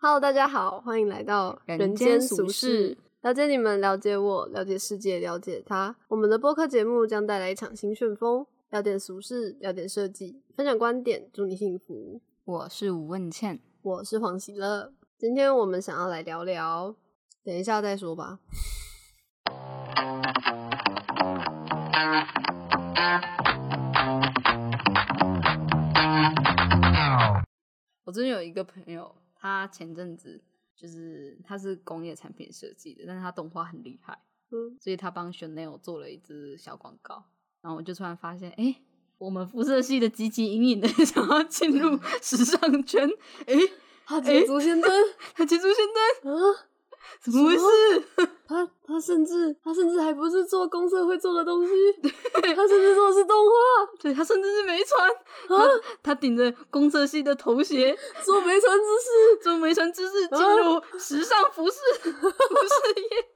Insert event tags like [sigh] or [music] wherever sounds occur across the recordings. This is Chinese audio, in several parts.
Hello，大家好，欢迎来到人人间间俗俗世事，了解你们，了解我，了解世界，了解他。我们的播客节目将带来一场新旋风，聊点俗事，聊点设计，分享观点，祝你幸福。我是吴问倩，我是黄喜乐，今天我们想要来聊聊，等一下再说吧。我最近有一个朋友，他前阵子就是他是工业产品设计的，但是他动画很厉害，嗯，所以他帮 Chanel 做了一支小广告。然后我就突然发现，哎、我们辐射系的积极隐隐的 [laughs] 想要进入时尚圈，哎、他捷诶足先 [laughs] 登他接触现在啊！怎么回事？他他甚至他甚至还不是做公社会做的东西，他甚至做的是动画，对他甚至是没穿，他他顶着公社系的头鞋，做没传之事。做没穿知识进入时尚服饰服饰业。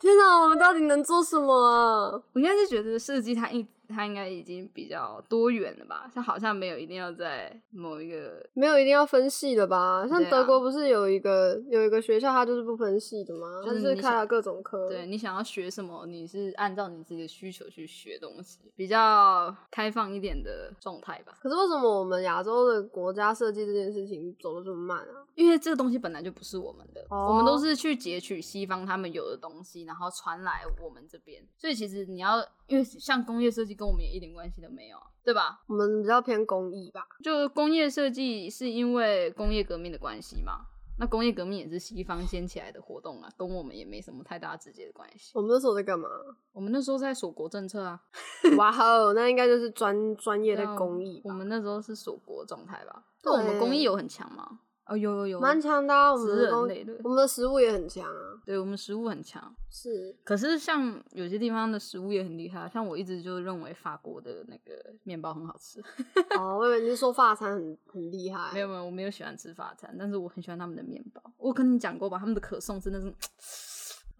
天哪，我们到底能做什么啊？我应该是觉得设计它一它应该已经比较多元了吧，它好像没有一定要在某一个没有一定要分系的吧？像对啊德国不是有一个、有一个学校，它就是不分系的吗？它就是就是你开想了各种科。对，你想要学什么，你是按照你自己的需求去学东西，比较开放一点的状态吧。可是为什么我们亚洲的国家设计这件事情走的这么慢啊？因为这个东西本来就不是我们的，哦我们都是去截取西方他们有的东西，然后传来我们这边。所以其实你要，因为像工业设计跟我们也一点关系都没有啊，对吧？我们比较偏工艺吧？就工业设计是因为工业革命的关系嘛？那工业革命也是西方掀起来的活动啊，跟我们也没什么太大直接的关系。我们那时候在干 [laughs] 嘛？我们那时候在锁国政策啊，哇哦，那应该就是专专业在对啊工艺吧我，们那时候是锁国状态吧？对那我们工艺有很强吗？哦，有有有，蛮强的、啊。我们职的人工类的我，们的食物也很强啊。对我们食物很强。是，可是像有些地方的食物也很厉害，啊像我一直就认为法国的那个面包很好吃。 [laughs] [laughs] 哦，我以为你是说法餐很很厉害。没有没有，我没有喜欢吃法餐，但是我很喜欢他们的面包。我跟你讲过吧，他们的可颂真的是，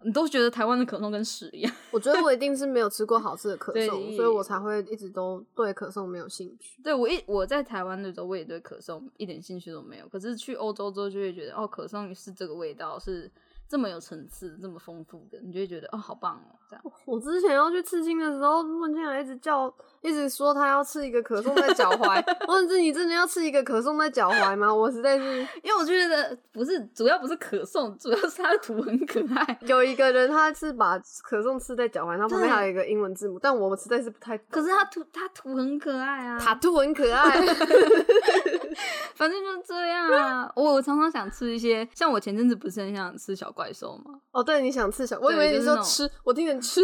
你都觉得台湾的可颂跟屎一样。我觉得我一定是没有吃过好吃的可 [laughs] 对颂，所以我才会一直都对可颂没有兴趣。对我一我在台湾的时候，我也对可颂一点兴趣都没有。可是去欧洲之后，就会觉得哦，可颂是这个味道，是这么有层次、这么丰富的，你就会觉得哦，好棒哦，这样。我之前要去刺青的时候，文倩还一直叫，一直说她要刺一个可颂在脚踝。我问这你真的要刺一个可颂在脚踝吗？我实在是因为我觉得不是主要不是可颂，主要是它的图很可爱。有一个人，他是把可颂刺在脚踝，然后旁边对还有一个英文字母，但我实在是不太懂。可是它图它图很可爱啊，塔兔很可爱，反正就这样啊。我我常常想吃一些，像我前阵子不是很想吃小怪兽吗？ [laughs] 哦，对你想刺小，我以对为就你是说那种吃，我听成吃，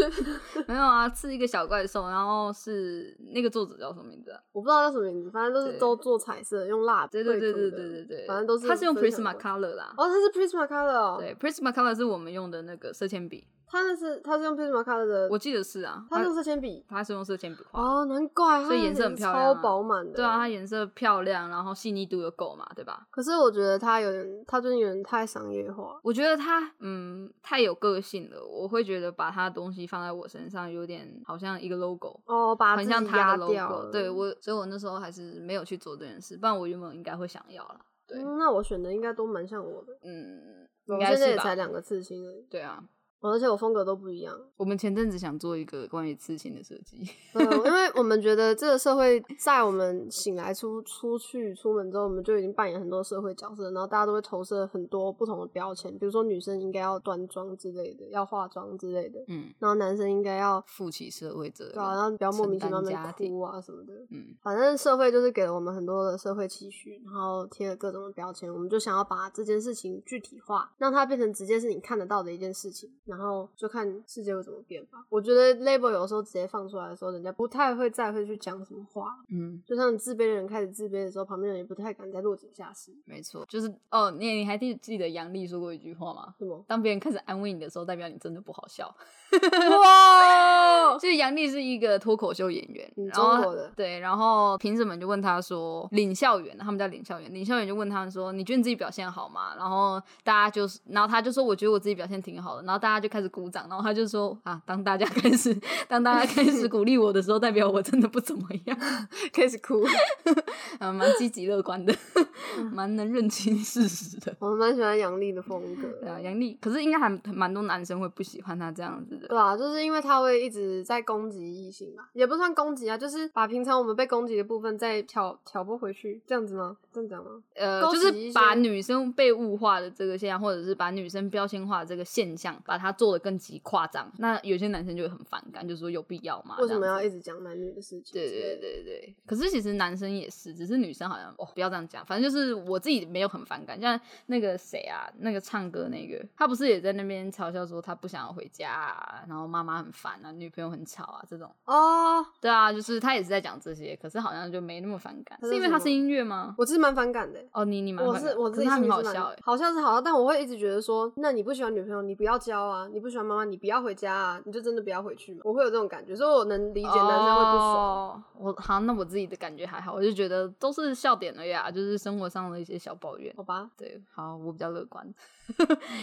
没有啊，吃一个小怪兽，然后是那个作者叫什么名字啊？我不知道叫什么名字，反正都是对都做彩色，用蜡对对对对绘图的对对对，反正都是他是用分享的 Prisma Color 啦。哦，它是 Prisma Color 哦，对，Prisma Color 是我们用的那个色铅笔，他那是他是用 Prisma Color 的，我记得是啊，他用它色铅笔它是用色铅笔画。哦，难怪，所以颜色很漂亮啊超饱满的。对啊，它，颜色漂亮，然后细腻度又够嘛，对吧？可是我觉得他有点，他最近有点太商业化。我觉得它嗯太有个性了，我会觉得把它的东西放在我身上有点好像一个 logo，哦，把很自己像它压的掉 logo 了对、我，所以我那时候还是没有去做这件事，不然我原本应该会想要啦。对，嗯那我选的应该都蛮像我的，嗯，我应该现在是也才吧。两个刺青而已，对啊，而且我风格都不一样。我们前阵子想做一个关于刺青的设计， [laughs] 对，因为我们觉得这个社会在我们醒来出出去出门之后，我们就已经扮演很多社会角色，然后大家都会投射很多不同的标签，比如说女生应该要端庄之类的，要化妆之类的，嗯，然后男生应该要负起社会责任，对啊，然后不要莫名其妙承地担家庭哭啊什么的。嗯，反正社会就是给了我们很多的社会期许，然后贴了各种的标签，我们就想要把这件事情具体化，让它变成直接是你看得到的一件事情，然后就看世界会怎么变吧。我觉得 label 有时候直接放出来的时候，人家不太会再会去讲什么话，嗯，就像自卑的人开始自卑的时候，旁边人也不太敢再落井下石，没错，就是哦，你你还记记得杨笠说过一句话吗？是吗？当别人开始安慰你的时候，代表你真的不好笑。 [laughs] 哇，所以杨笠是一个脱口秀演员嗯，然后中国的对，然后评审们就问他说，领校园，他们叫领校园，领校园就问他们说，你觉得你自己表现好吗？然后大家就是，然后他就说，我觉得我自己表现挺好的，然后大家就开始鼓掌，然后他就说啊，当大家开始当大家开始鼓励我的时候，代表我真的不怎么样， [laughs] 开始哭，嗯嗯啊，蛮积极乐观的。 [laughs] 蛮能认清事实的。我蛮喜欢杨笠的风对格。啊，杨笠，可是应该还蛮多男生会不喜欢他这样子的。对啊，就是因为他会一直在攻击异性嘛，也不算攻击啊，就是把平常我们被攻击的部分再挑挑拨回去，这样子吗？这样讲吗？呃，勾就起一是把些女生被物化的这个现象，或者是把女生标签化的这个现象，把它做的更极夸张。那有些男生就会很反感，就说有必要吗？为什么这样要子一直讲男女的事情？对对。对对，可是其实男生也是，只是女生好像哦，不要这样讲，反正就是我自己没有很反感。像那个谁啊，那个唱歌那个，他不是也在那边嘲笑说他不想要回家、啊，然后妈妈很烦啊，女朋友很吵啊这种。哦，对啊，就是他也是在讲这些，可是好像就没那么反感，他是说因为什他么是音乐吗？我其实蛮反感的欸。哦，你你蛮我反是感我可自是己他心里很是蛮好笑哎、好像是好笑，但我会一直觉得说，那你不喜欢女朋友，你不要交啊，你不喜欢妈妈，你不要回家啊，你就真的不要回去嘛。我会有这种感觉，所以我能理解男生会不爽。欸哦、我好，那我自己的感觉还好，我就觉得都是笑点而已啊，就是生活上的一些小抱怨。好吧，对，好，我比较乐观， [laughs]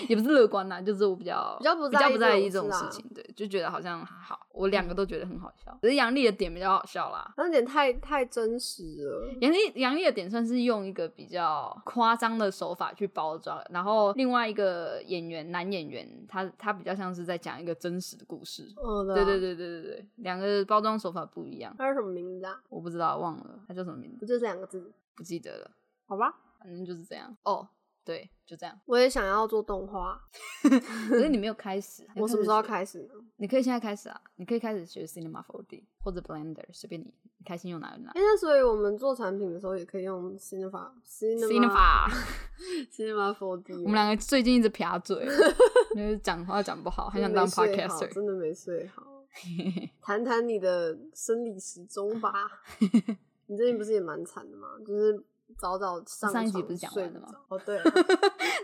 也不是乐观啦，就是我比较比较不比较在不意在这意这种种事啊嗯事啦情，对，就觉得好像还好，我两个都觉得很好笑，只是杨笠的点比较好笑啦。那有点太太真实了。杨笠杨笠的点算是用一个比较夸张的手法去包装，然后另外一个演员男演员他他比较像是在讲一个真实的故事，哦，对对对啊，对对对对，两个包装手法不一样，他是什么名字啊？我不知道忘了他叫什么名字，不就这两个字？不记得了，好吧，。反正就是这样哦，对，就这样我也想要做动画，可哎是你没有开始， [laughs] 我什么时候开始学？开始呢？你可以现在开始啊，你可以开始学 Cinema 4D 或者 Blender，随便你，你开心用哪就哪哎、。那所以我们做产品的时候也可以用 Cinema Cinema， [laughs] Cinema 4D 吗。我们两个最近一直撇嘴， [laughs] 就是讲话讲不好，很想当真的没睡好 podcaster。真的没睡好。谈谈你的生理时钟 [laughs] 吧。你最近不是也蛮惨的吗？就是早早上上一集床不是讲睡完了不吗着？哦，对啊。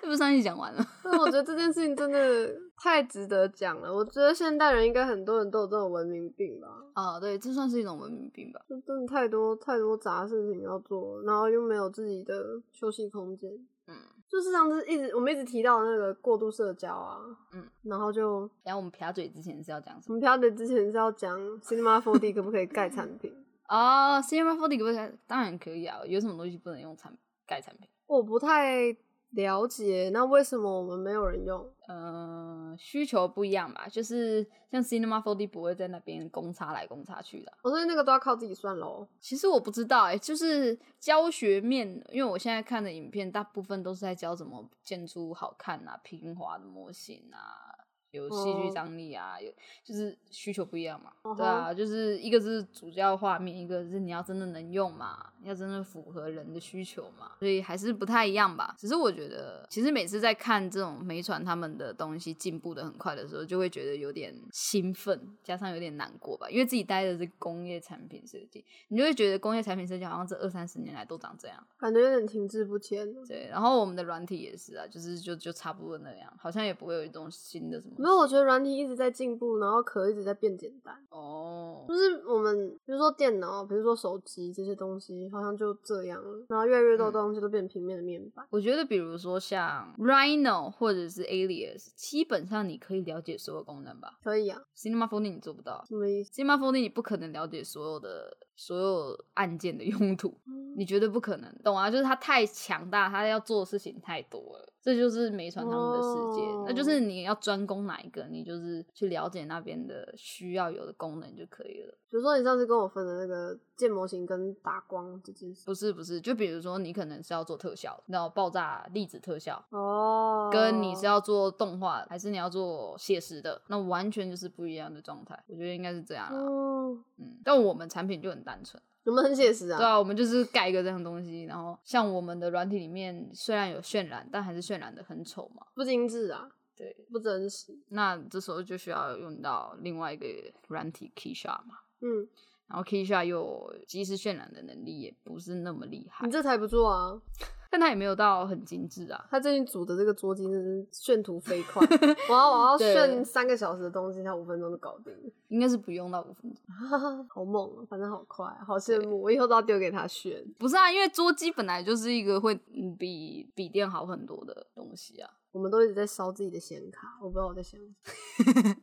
这 [laughs] 不是上一集讲完了？但我觉得这件事情真的太值得讲了。我觉得现代人应该很多人都有这种文明病吧，哦，对，这算是一种文明病吧。就真的太多太多杂事情要做，然后又没有自己的休息空间。嗯，就是上次一直我们一直提到的那个过度社交啊，嗯，然后就然后我们撇嘴之前是要讲什我么？们飘的之前是要讲 Cinema 4D 可不可以盖产品，哦，Cinema 4D 可不可以？当然可以啊，有什么东西不能用产盖产品？ [laughs] 我不太了解，那为什么我们没有人用？呃，需求不一样吧，就是像 Cinema 4D 不会在那边公差来公差去的啊。我、哦、所以那个都要靠自己算喽。其实我不知道哎、就是教学面，因为我现在看的影片大部分都是在教怎么建出好看啊、平滑的模型啊，有戏剧哦张力啊，有就是需求不一样嘛。哦吼对啊，就是一个是主要画面，一个是你要真的能用嘛，要真的符合人的需求嘛，所以还是不太一样吧。只是我觉得，其实每次在看这种美传他们的东西进步的很快的时候，就会觉得有点兴奋，加上有点难过吧，因为自己待的是工业产品设计，你就会觉得工业产品设计好像这二三十年来都长这样。感觉有点停滞不前。对，然后我们的软体也是啊，就是就就差不多那样，好像也不会有一种新的什么。没有，我觉得软体一直在进步，然后壳一直在变简单。哦就，是我们比如说电脑，比如说手机这些东西，好像就这样了。然后越来越多嗯东西都变平面的面板。我觉得，比如说像 Rhino 或者是 Alias，基本上你可以了解所有功能吧。可以啊， Cinema 4D 你做不到什么意思？ ，Cinema 4D 你不可能了解所有的所有按键的用途，嗯你绝对不可能，懂啊？就是它太强大，它要做的事情太多了，这就是美传他们的世界。哦那就是你要专攻哪一个，你就是去了解那边的需要有的功能就可以了。比如说你上次跟我分的那个建模型跟打光这件事。不是不是，就比如说你可能是要做特效，然后爆炸粒子特效，哦，跟你是要做动画还是你要做写实的，那完全就是不一样的状态。我觉得应该是这样啦。嗯，嗯，但我们产品就很单纯，有没有很写实啊？对啊，我们就是盖一个这样东西，然后像我们的软体里面虽然有渲染，但还是渲染的很丑嘛。不精致啊，对，不真实。那这时候就需要用到另外一个软体 Keysha 嘛，嗯，然后 Keysha 又即时渲染的能力也不是那么厉害你，这才不错啊！但它也没有到很精致啊。他最近组的这个捉鸡真是炫图飞 [laughs] 快，我要我要对炫三个小时的东西，他五分钟就搞定了， [laughs] 应该是不用到五分钟。好猛啊！反正好快，好羡慕，我以后都要丢给他炫。不是啊，因为桌机本来就是一个会嗯比笔电好很多的东西啊。我们都一直在烧自己的显卡，我不知道我在想什么。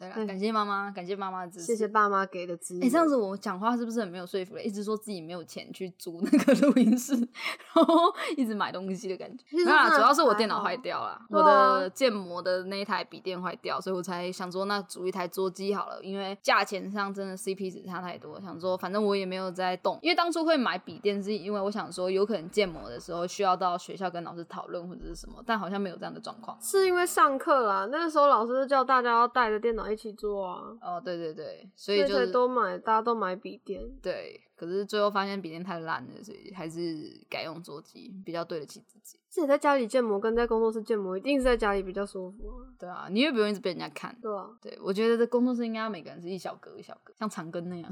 对啦，对感谢妈妈，感谢妈妈的支持，谢谢爸妈给的资源。哎、这样子我讲话是不是很没有说服力？一直说自己没有钱去租那个录音室，然后一直买东西的感觉。其没实有啦，真的主要是我还电脑好坏掉了，对我啊的建模的那一台笔电坏掉，所以我才想说那组一台桌机好了，因为价钱上真的 CP 值差太多。想说反正我也没有在动，因为当初会买笔电是因为我想说有可能建模的时候需要到学校跟老师讨论或者是什么，但好像没有这样的状况。是因为上课啦，那个时候老师就叫大家要带着电脑一起做啊，哦，对对对，所所以以就才是都买，大家都买笔电。对，可是最后发现笔电太烂了，所以还是改用桌机比较对得起自己。自己在家里建模跟在工作室建模，一定是在家里比较舒服啊。对啊，你也不用一直被人家看。，对啊对，我觉得这工作室应该每个人是一小格一小格，像长庚那样。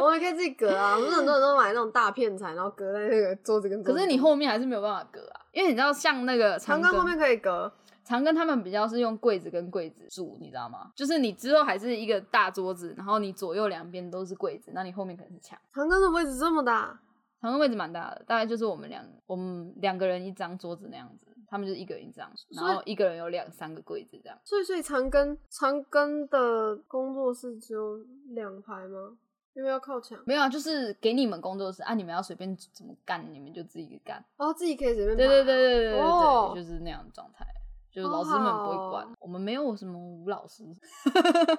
我们也可以自己隔啊，不是很多人都买那种大片材，然后隔在那个桌子跟桌可子。是你后面还是没有办法隔啊，因为你知道，像那个长长庚庚后面可以隔，长庚他们比较是用柜子跟柜子住，你知道吗？就是你之后还是一个大桌子，然后你左右两边都是柜子，那你后面可能是墙。长庚的位置这么大，长庚位置蛮大的，大概就是我们两我们两个人一张桌子那样子，他们就是一个人一张，然所以后一个人有两三个柜子这样。所以所以长庚长庚的工作室只有两排吗？因为要靠墙，没有啊，就是给你们工作室啊，你们要随便怎么干，你们就自己干。然后自己可以随便排对啊。对对对对对，哦就是那样的状态。就是好老师们不好会哦管，我们没有什么吴老师，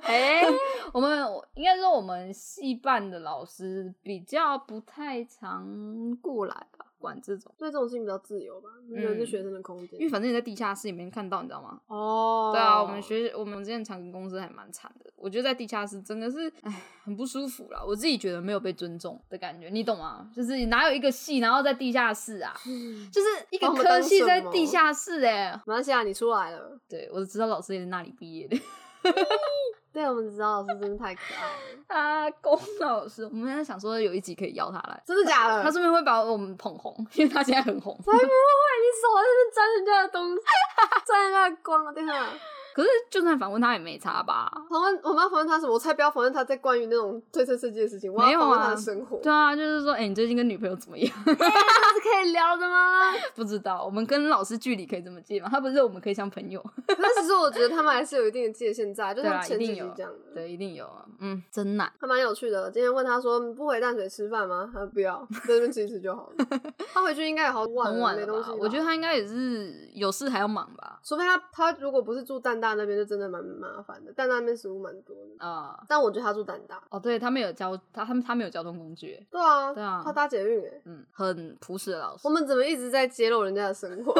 哎、我们应该说我们系办的老师比较不太常过来吧，管这种，对这种事情比较自由吧，人嗯是学生的空间因。为反正你在地下室也没人看到，你知道吗？哦，对啊，我们学我们之前长庚公司还蛮惨的，我觉得在地下室真的是唉很不舒服啦，我自己觉得没有被尊重的感觉，你懂吗？就是哪有一个系然后在地下室啊，就是一个把我们科当系什在么地下室哎、马来西啊亚，你出来了。对我只知道老师也是那里 [laughs] 毕业的对，啊我们指导老师真的太可爱 [laughs] 了，啊，龚老师，我们在想说有一集可以邀他来，真的假的？他顺便会把我们捧红，因为他现在很红。才不会，你手在那边沾人家的东 [laughs] 西，沾人家的光，天啊！可是就算反问他也没差吧？访问我们要访问他什么？我才不要访问他在关于那种对称设计的事情，我没有要啊访问他的生活。对啊，就是说，哎、你最近跟女朋友怎么样？ [laughs] 他是可以聊的吗？不知道，我们跟老师距离可以这么近吗？他不是我们可以像朋友。 [laughs] 但其实我觉得他们还是有一定的界限在，就对像啊，一前几定集有这样的。，对，一定有啊，嗯，真难。还蛮有趣的。今天问他说：“你不回淡水吃饭吗？”他说：“不 [laughs] 要，在这边吃一吃就好了。”他回去应该也好晚很了，晚没了东西吧吧。？我觉得他应该也是有事还要忙吧。除非他他如果不是住蛋大那边，就真的蛮麻烦的。蛋大那边食物蛮多的，啊、但我觉得他住蛋大。哦，对他没有交他他他没有交通工具，对啊，对啊他搭捷运诶。嗯，很朴实的老师我，们怎么一直在揭露人家的生 [laughs] 活？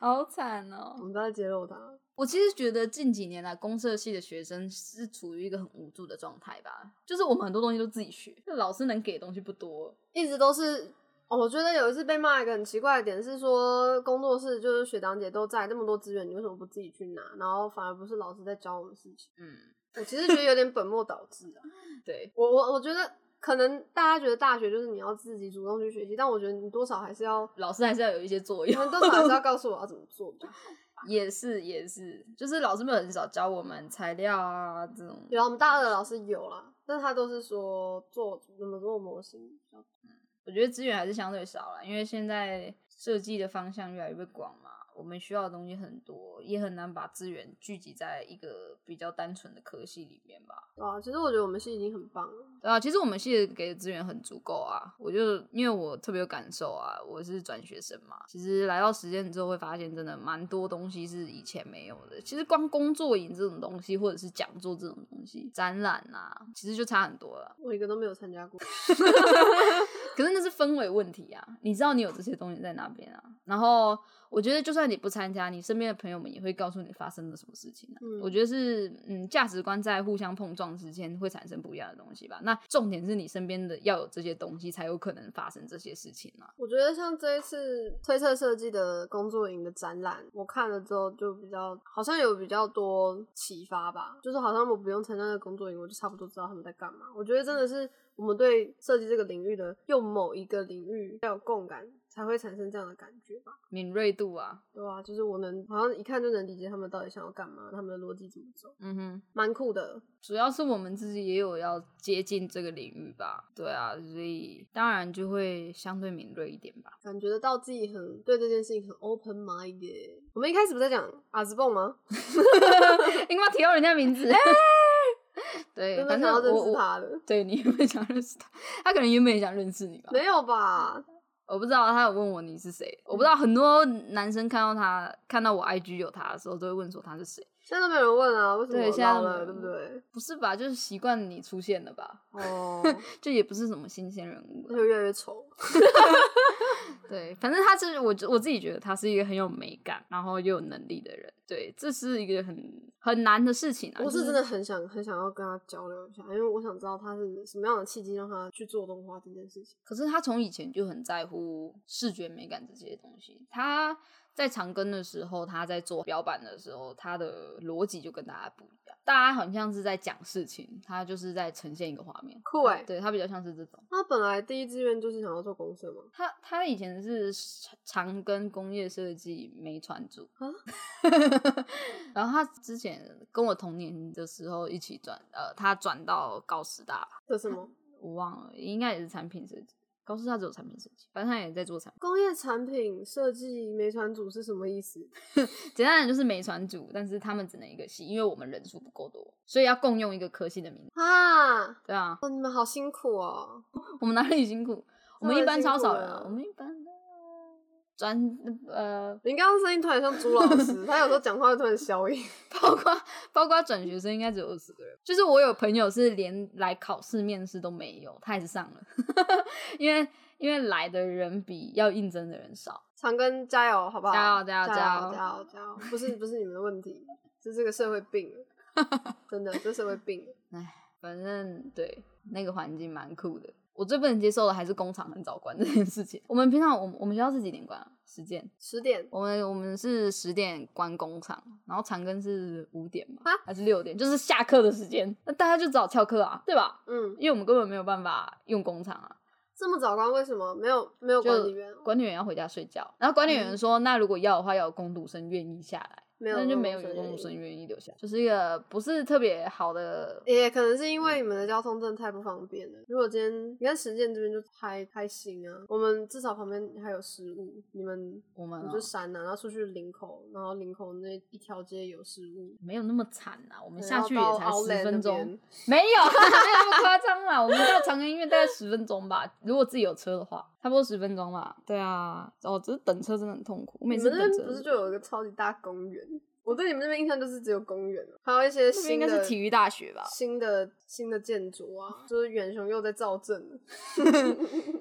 好惨哦我。们不要再揭露他。我其实觉得近几年来公社系的学生是处于一个很无助的状态吧，就是我们很多东西都自己学，就老师能给的东西不多。一直都是。哦，我觉得有一次被骂一个很奇怪的点是说，工作室就是学长姐都在，那么多资源，你为什么不自己去拿？然后反而不是老师在教我们事情。嗯，我其实觉得有点本末倒置啊。对，我我我觉得可能大家觉得大学就是你要自己主动去学习，但我觉得你多少还是要，老师还是要有一些作你用。 [laughs] 们多少还是要告诉我要怎么做比较好。也是也是，就是老师们很少教我们材料啊这种。有啊，我们大二的老师有啦，但是他都是说做怎么做模型。我觉得资源还是相对少了，因为现在设计的方向越来越广嘛，我们需要的东西很多，也很难把资源聚集在一个比较单纯的科系里面吧。对啊，其实我觉得我们系已经很棒了。对啊，其实我们系给的资源很足够啊。我就因为我特别有感受啊，我是转学生嘛，其实来到实践之后会发现，真的蛮多东西是以前没有的。其实光工作营这种东西，或者是讲座这种东西，展览啊，其实就差很多了。我一个都没有参加过。可是那是氛围问题啊，你知道你有这些东西在那边啊。然后我觉得，就算你不参加，你身边的朋友们也会告诉你发生了什么事情、啊。嗯我觉得是，嗯，价值观在互相碰撞之间会产生不一样的东西吧。那重点是你身边的要有这些东西，才有可能发生这些事情啊。我觉得像这一次推测设计的工作营的展览，我看了之后就比较好像有比较多启发吧，就是好像我不用参加那个工作营，我就差不多知道他们在干嘛。我觉得真的是我们对设计这个领域的用某一个领域要有共感，才会产生这样的感觉吧？敏锐度啊，对啊，就是我能好像一看就能理解他们到底想要干嘛，他们的逻辑怎么走，嗯哼，蛮酷的。主要是我们自己也有要接近这个领域吧，对啊，所以当然就会相对敏锐一点吧。 [laughs] 感觉得到自己很对这件事情很 open minded。我们一开始不是在讲阿兹蹦吗？因为提到人家名字， [laughs] 有对，没有反哎想正要认我识我他的？对你原本想认识他，他可能原本也想认识你吧，没有吧？我不知道他有问我你是谁，我不知道很多男生看到他看到我 IG 有他的时候，都会问说他是谁，现在都没有人问啊，为什么对我现在老都了，没对不有对？不是吧？就是习惯你出现了吧，哦，就也不是什么新鲜人物 [laughs] 那了，就越来越丑。对，反正他是我我自己觉得他是一个很有美感，然后又有能力的人，对，这是一个很很难的事情啊，我就是真的很想很想要跟他交流一下，因为我想知道他是什么样的契机让他去做动画这件事情。可是他从以前就很在乎视觉美感这些东西。他在长庚的时候，他在做标板的时候，他的逻辑就跟大家不一样。大家好像是在讲事情，他就是在呈现一个画面。酷哎、啊对他比较像是这种。他本来第一志愿就是想要做公社嘛，他他以前是长庚工业设计美传组啊， [laughs] 然后他之前跟我同年的时候一起转，呃，他转到高师大吧，这是什么我忘了，应该也是产品设计。高师大只有产品设计，反正他也在做产品。工业产品设计没传组是什么意思？简单的就是美传组，但是他们只能一个系，因为我们人数不够多，所以要共用一个科系的名字。啊，对啊，哦，你们好辛苦哦。我们哪里辛苦？我们一般超少人辛苦啊了，我们一般专呃，你刚刚声音突然像朱老师，他有时候讲话会突然消音。包括包括转学生应该只有二十个人。就是我有朋友是连来考试面试都没有，他也是上了， [laughs] 因为因为来的人比要应征的人少。长庚加油，好不好？加油加油加油，加油加油，加油！不是不是你们的问题，是这个社会病了， [laughs] 真的，这社会病了。反正对那个环境蛮酷的。我最不能接受的还是工厂很早关这件事情。我们平常我们我们学校是几点关啊？十点。十点，我们我们是十点关工厂，然后长庚是五点嘛啊，还是六点？就是下课的时间，那大家就早翘课啊，对吧？嗯，因为我们根本没有办法用工厂啊，这么早关为什么没有没有就管理员？哦嗯管理员要回家睡觉。然后管理员说，那如果要的话，要有工读生愿意下来，没有那就没有管有理工员读生愿意留下，就是一个不是特别好的也可能是因为你们的交通真的太不方便了。如果今天你看实践这边就还还行啊，我们至少旁边还有食物，你们我们你哦就山啊，然后出去林口，然后林口那一条街有食物，没有那么惨啊，我们对下然后去也到才 Outlet 十那分钟边，没有， [laughs] 没有那么夸张啦。我 [laughs] 们到长庚医院大概十分钟吧，如果自己有车的话，差不多十分钟吧。对啊，哦，只是等车真的很痛苦，我每你次们等那边车不是就有一个超级大公园？我对你们那边印象就是只有公园、还有一些那边新应的该是体育大学吧？新的新的建筑啊，就是远雄又在造镇了。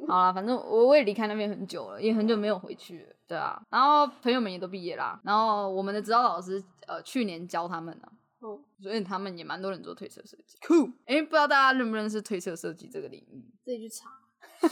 好啦，反正我我也离开那边很久了，也很久没有回去了。对啊，然后朋友们也都毕业啦，然后我们的指导老师呃去年教他们啊。哦，所以他们也蛮多人做推测设计，酷！哎，不知道大家认不认识推测设计这个领 [laughs] 域？自己去查。我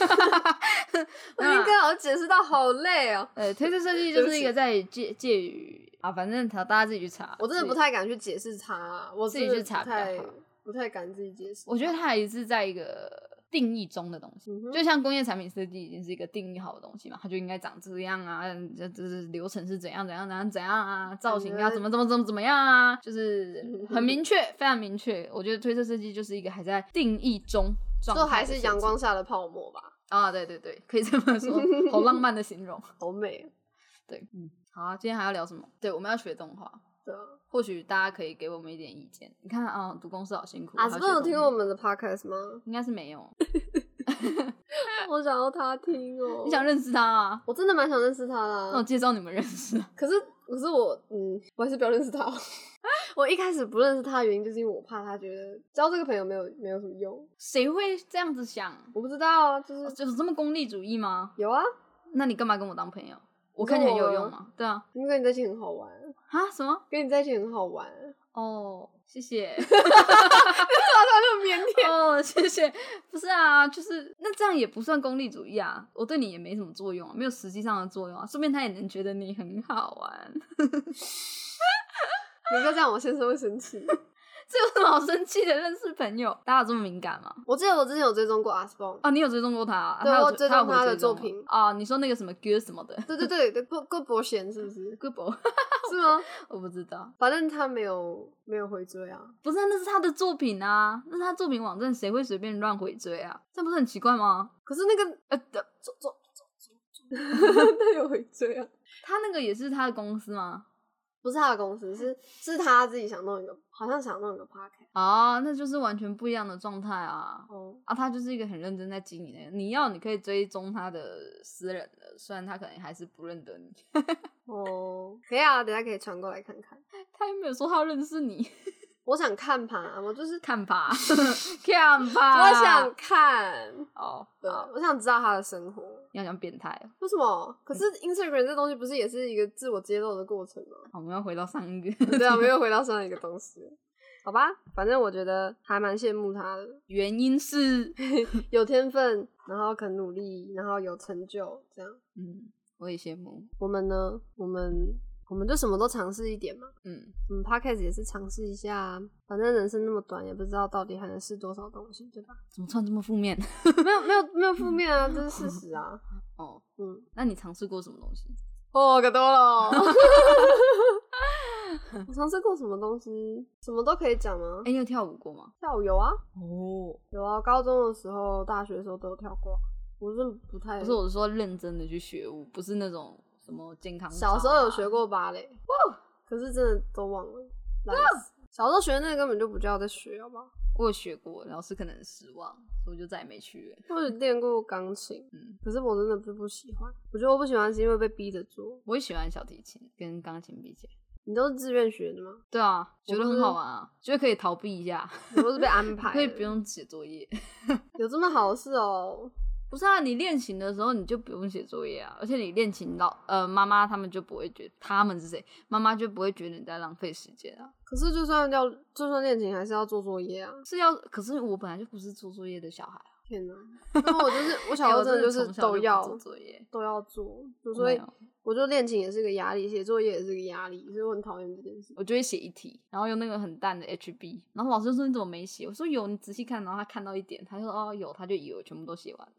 已那经跟老师解释到好累哦，呃，推测设计对就不是一起个在介介于啊，反正大大家自己去查。我真的自己不，太敢去解释它、我自己真的去查不太比较好不太敢自己解释。我觉得它还是在一个定义中的东西，嗯哼就像工业产品设计已经是一个定义好的东西嘛，它就应该长这样啊，这这是流程是怎样怎样怎样怎样啊，造型要怎么怎么怎么怎么样啊，嗯就是 [laughs] 很明确，非常明确。我觉得推测设计就是一个还在定义中状态就的设计，还是阳光下的泡沫吧，啊，对对对，可以这么 [laughs] 说，好浪漫的形容。好美啊，对，嗯，好啊，今天还要聊什么？对，我们要学动画。对啊。或许大家可以给我们一点意见。你看啊、读公司好辛苦。阿还斯要伯有学听东过我西？们的 podcast [laughs] 吗？应该是 [laughs] 没有。我想要他听哦。你想？哦认识他啊？我真的蛮想认识他的。啊那我介绍你们认识。可是可是我嗯，我还是不要认识他。我一开始不认识他的原因，就是因为我怕他觉得交这个朋友没有没有什么用。谁会这样子想？我不知道啊，就是、有这么功利主义吗？有啊，那你干嘛跟我当朋友？我你跟看起来很我有用啊吗？对啊。因为跟你在一起很好玩，啊？什么？跟你在一起很好玩，哦，[laughs] 谢谢。他就腼腆。哦，谢谢。不是啊，就是那这样也不算功利主义啊。我对你也没什么作用、啊，没有实际上的作用啊。顺便他也能觉得你很好玩。 [laughs] 你不要这样，我先生会生气。这有什么好生气的？认识朋友，大家有这么敏感吗？我记得我之前有追踪过 a s p o n 啊，你有追踪过他、啊？对他有我追踪有回他的作踪吗品啊。你说那个什么 Good 什么的对对对对，郭郭伯贤是不是？ ，Good boy，是吗？我不知道，反正他没有没有回追啊，不是啊，那是他的作品啊，那是他作品网站，谁会随便乱回追啊？这不是很奇怪吗？可是那个呃，呃走走走走，他有回追啊。他那个也是他的公司吗？不是他的公司，是是他自己想弄一个，好像想弄一个 podcast 啊，那就是完全不一样的状态啊。哦，啊，他就是一个很认真在经营的人。你要，你可以追踪他的私人的，虽然他可能还是不认得你。 [laughs] 哦，可以啊，等一下可以传过来看看。他又没有说他认识你，我想看盘啊，我就是看吧， [laughs] 看吧。 [laughs] 我想看，哦，对，啊啊好，我想知道他的生活。你好像变态哦。为什么？可是 Instagram 这东西不是也是一个自我揭露的过程 [laughs] 吗？好，我们要回到上一个对啊，没有回到上一个东西。好吧，反正我觉得还蛮羡慕他的，原因是，有天分，然后肯努力，然后有成就，这样。嗯，我也羡慕，我们呢，我们我们就什么都尝试一点嘛。嗯，嗯，podcast 也是尝试一下啊，反正人生那么短，也不知道到底还能试多少东西，对吧？怎么突然这么负面？ [laughs] 没有没有没有负面啊，这是事实啊。哦，嗯，那你尝试过什么东西？哦， [laughs] 可多了。我尝试过什么东西，什么都可以讲吗哎、？你有跳舞过吗？跳舞有啊，哦，有啊，高中的时候、大学的时候都有跳过。我是不太，不是，我是说认真的去学舞，不是那种什么健康、啊小时候有学，过芭蕾，哦可是真的都忘了。懒死小时候学的那个根本就不叫在学，好不好？我有学过，老师可能很失望，所以我就再也没去了。我有练过钢琴，嗯，可是我真的不不喜欢。我觉得我不喜欢是因为被逼着做。我也喜欢小提琴，跟钢琴比起来，你都是自愿学的吗？对啊，觉得不很是好玩啊，觉得可以逃避一下，你都是被安排的？可以不用写作业。 [laughs] 有这么好的事哦？不是啊，你练琴的时候你就不用写作业啊，而且你练琴老呃妈妈他们就不会觉他们是谁，妈妈就不会觉得你在浪费时间啊。可是就算要就算练琴，还是要做作业啊！是要，可是我本来就不是做作业的小孩啊，天哪！ [laughs] 然后我就是我小时哎候我真的就从是小都不要做作业，都要做，就我所没以有我就练琴也是个压力，写作业也是个压力，所以我很讨厌这件事。我就会写一题，然后用那个很淡的 HB，然后老师就说你怎么没写？我说有，你仔细看，然后他看到一点，他就说哦有，他就以为我全部都写完了，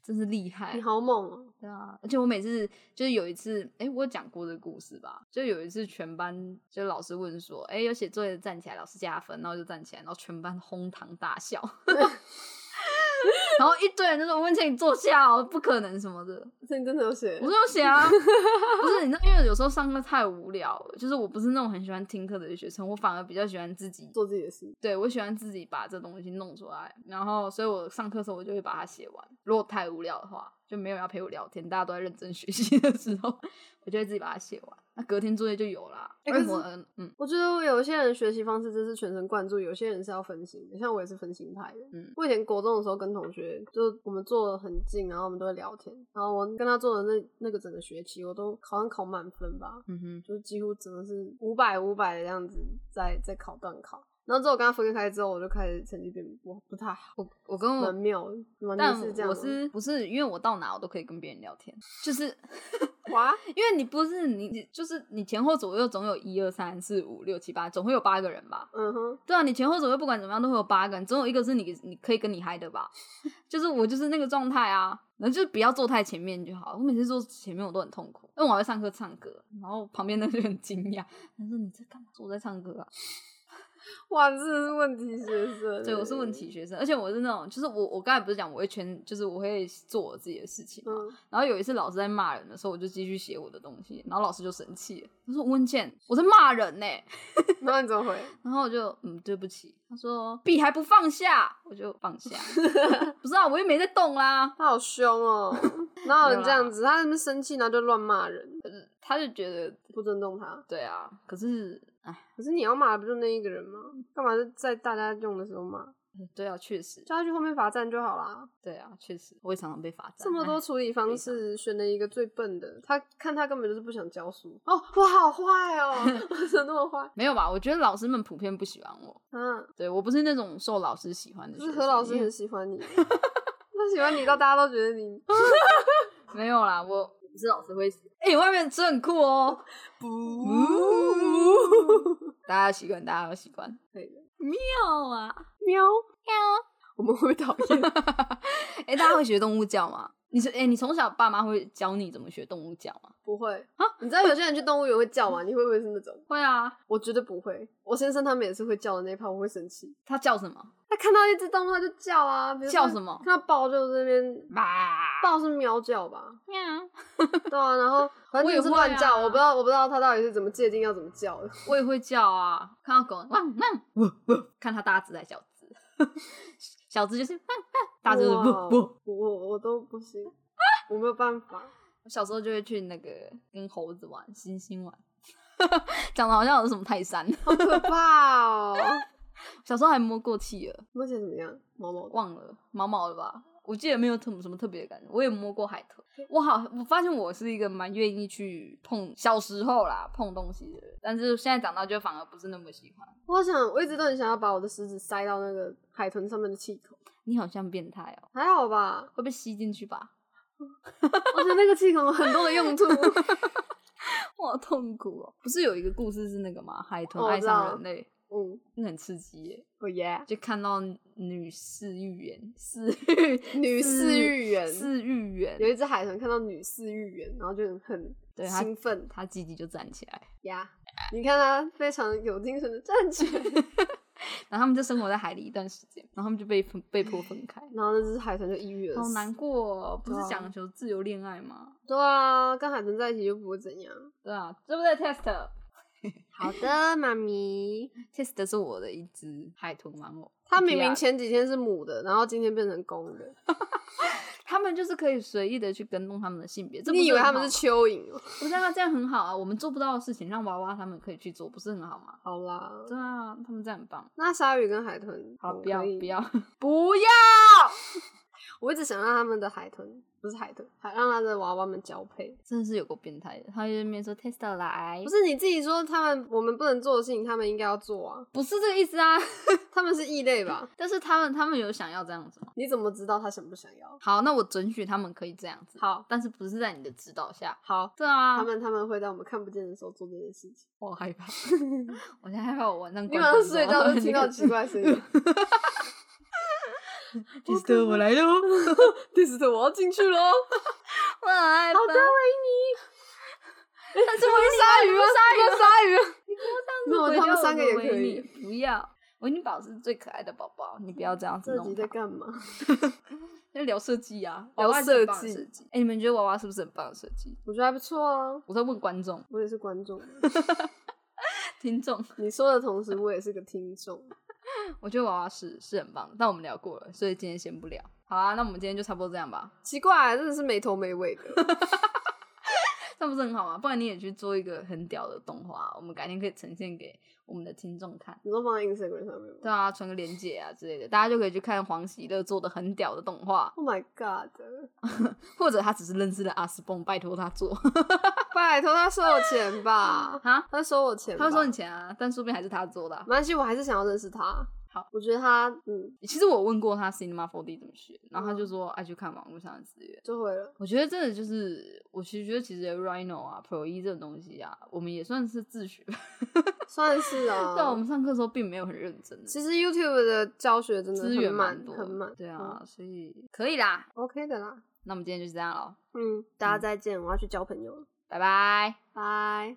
真是厉害你。好猛哦、 [laughs] 对啊，而且我每次就是有一次，诶，我有讲过这个故事吧？就有一次全班就老师问说，诶，有写作业的站起来，老师加分，然后就站起来，然后全班哄堂大 [laughs] 笑， [laughs] 然后一堆人就说我们请你坐下哦，不可能什么的，所以你真的有写我？说有 [laughs] 写啊， [laughs] 不是你知道，因为有时候上课太无聊了，就是我不是那种很喜欢听课的学生，我反而比较喜欢自己，做自己的事，对我喜欢自己把这东西弄出来，然后所以我上课的时候我就会把它写完。如果太无聊的话，就没有人要陪我聊天，大家都在认真学习的时候，我就会自己把它写完。那隔天作业就 [laughs] 有啦。哎而可我是嗯我觉得有一些人学习方式真是全神贯注，有些人是要分心的，像我也是分心派的。嗯我以前国中的时候跟同学，就我们坐得很近，然后我们都会聊天。然后我跟他做的那那个整个学期，我都好像考满分吧，嗯哼，就几乎真的是五百五百的样子在在考段考。然后之后我跟他分开之后，我就开始成绩变不不太好，我我跟我蛮妙的。你们嗯但是这样我吗是不是因为我到哪我都可以跟别人聊天，就是。哇，因为你不是你，你就是你前后左右总有一二三四五六七八，总会有八个人吧？嗯哼，对啊，你前后左右不管怎么样都会有八个人，总有一个是你你可以跟你嗨的吧？就是我就是那个状态啊，然后就是不要坐太前面就好。我每次坐前面我都很痛苦，因为我还会上课唱歌，然后旁边那个就很惊讶，他说你在干嘛？我说我在唱歌啊。哇，这是问题学生。欸对，我是 [laughs] 问题。学生，而且我是那种，就是我我刚才不是讲我会全，就是我会做我自己的事情嘛。嗯，然后有一次老师在骂人的时候，我就继续写我的东西，然后老师就生气了，他说：“温健，我在骂人呢、然后你怎么回？然后我就嗯，对不起。他说：“笔还不放下，我就放 [laughs] 下。不是啊，我也没在动啦。他好凶哦、哪有人这没有啦样子？他在那边生气，然后就乱骂人，他就觉得不尊重他。对啊，可是哎，可是你要骂的不就那一个人吗？干嘛在大家用的时候骂？对啊，确实，叫他去后面罚站就好啦。对啊，确实，我也常常被罚站。这么多哎处理方式，选了一个最笨的。他看他根本就是不想教书。哦，我好坏 [laughs] 哦、我怎么那么坏？没有吧？我觉得老师们普遍不喜欢我，啊，对我不是那种受老师喜欢的就学是生。何老师因为很喜欢你，他喜欢你到大家都觉得你没有啦，我不是老师会。哎、外面真很酷哦。不。大家习惯，大家要习惯。可以的， [laughs] 喵啊喵，喵！我们会不会讨厌？哎、大家会学动物叫吗？你是哎、你从小爸妈会教你怎么学动物叫吗？不会啊？你知道有些人去动物园会叫吗？你会不会是那种？会啊，我绝对不会。我先生他们也是会叫的那一趴，我会生气。它叫什么？他看到一只动物他就叫啊，比如说叫 [laughs] 什么看到豹就在那边，吧豹是喵叫吧？喵！对啊，然后反正就是乱叫，我也会啊我不知道我不知道他到底是怎么界定要怎么叫的。我也会叫啊，看到狗汪汪喔喔，看它大只还是小只， [laughs] 小只就是汪汪，大只就是哇哦喔喔。我我我都不行，我没有办法。 [laughs] 我小时候就会去那个跟猴子玩、猩猩玩， [laughs] 讲的好像有什么泰山。 [laughs] 好可怕哦！小时候还摸过企鹅，目前怎么样？毛毛的忘了毛毛的吧？我记得没有特什么特别的感觉。我也摸过海豚，我好，我发现我是一个蛮愿意去碰小时候啦碰东西的人，但是现在长大就反而不是那么喜欢。我想，我一直都很想要把我的食指塞到那个海豚上面的气孔，你好像变态哦、还好吧？会被吸进去吧？ [laughs] 而且那个气孔有很多的用途。 [laughs] 哇，好痛苦哦、不是有一个故事是那个吗？海豚哦我爱知上道人类，嗯，那个很刺激耶、哦耶，就看到女饲育员， [laughs] 饲育女饲育员饲育员有，一只海豚看到女饲育员，然后就很对很它兴奋她鸡鸡就站起来，呀。你看它非常有精神的站起来， [laughs] 然后他们就生活在海里一段时间，然后他们就被分被迫分开，然后那只海豚就抑郁了。 [laughs] 好难。过、哦，不对是啊讲求自由恋爱吗？对啊，跟海豚在一起又不会怎样。对啊，对不对？Test 好的，妈咪。 Test 是我的一只海豚玩偶，它明明 PR 前几天是母的，然后今天变成公的。他们就是可以随意的去跟动他们的性别，这不你以为很它好们吗是蚯蚓哦？不是啊，这样很好啊，我们做不到的事情，让娃娃他们可以去做，不是很好吗？好啦，对啊，他们这样很棒。那鲨鱼跟海豚，好，我不要可以不要，不要！ [laughs] 我一直想让他们的海豚，不是海豚，还让它的娃娃们交配。真的是有够变态的。他就在那边说 Testa 来，不不是是你自己说他们我们不能做的事情，他们应该要做啊。不是这个意思啊，他们是异类吧？ [laughs] 但是他们他们有想要这样子吗？你怎么知道他想不想要？好，那我准许他们可以这样子，好，但是不是在你的指导下？好，对啊，他们他们会在我们看不见的时候做这件事情。我害怕， [laughs] 我现在害怕我晚上你晚上睡觉就听到奇怪 [laughs] 声音。 ，Testa [laughs] 我来喽， [laughs] 第四次我要进去喽。我很害怕。好的，维尼，但是维尼鲨鱼啊，鲨鱼啊，鲨鱼啊，没没有他们三个也可以不要，维尼宝是最可爱的宝宝，你不要这样子这弄集它在。干嘛？就聊设计啊，聊娃娃是很设棒的计设计。哎、你们觉得娃娃是不是很棒的设计？我觉得还不错啊，我在问观众、我也是观众。听众，你说的同时，我也是个听众。我觉得娃娃是是很棒的，但我们聊过了，所以今天先不聊。好啊，那我们今天就差不多这样吧。奇怪、真的是没头没尾 [laughs] 的。那不是很好吗？不然你也去做一个很屌的动画，我们改天可以呈现给我们的听众看。你都放在 Instagram 上面对吗啊，传个链接啊之类的，大家就可以去看黄喜乐做的很屌的动画， ？Oh my god！或者他只是认识了阿斯蹦，拜托他做。拜托他收我钱吧，哈，他收我钱吧， [laughs] 他会收你钱啊，但说不定还是他做的啊、没关系，我还是想要认识他。好，我觉得他嗯其实我问过他 Cinema 4D 怎么学，然后他就说爱去看网络上的资源。就会了。我觉得真的就是，我其实觉得其实 Rhino 啊、Pro 一这种东西啊，我们也算是自学。算是 [laughs] 啊，对啊，我们上课的时候并没有很认真，其实 YouTube 的教学真的资很源满，多，很满，对嗯啊，所以可以啦。 ，OK 的啦。那我们今天就是这样喽，嗯，大家再见，我要去交朋友了，嗯拜拜。拜。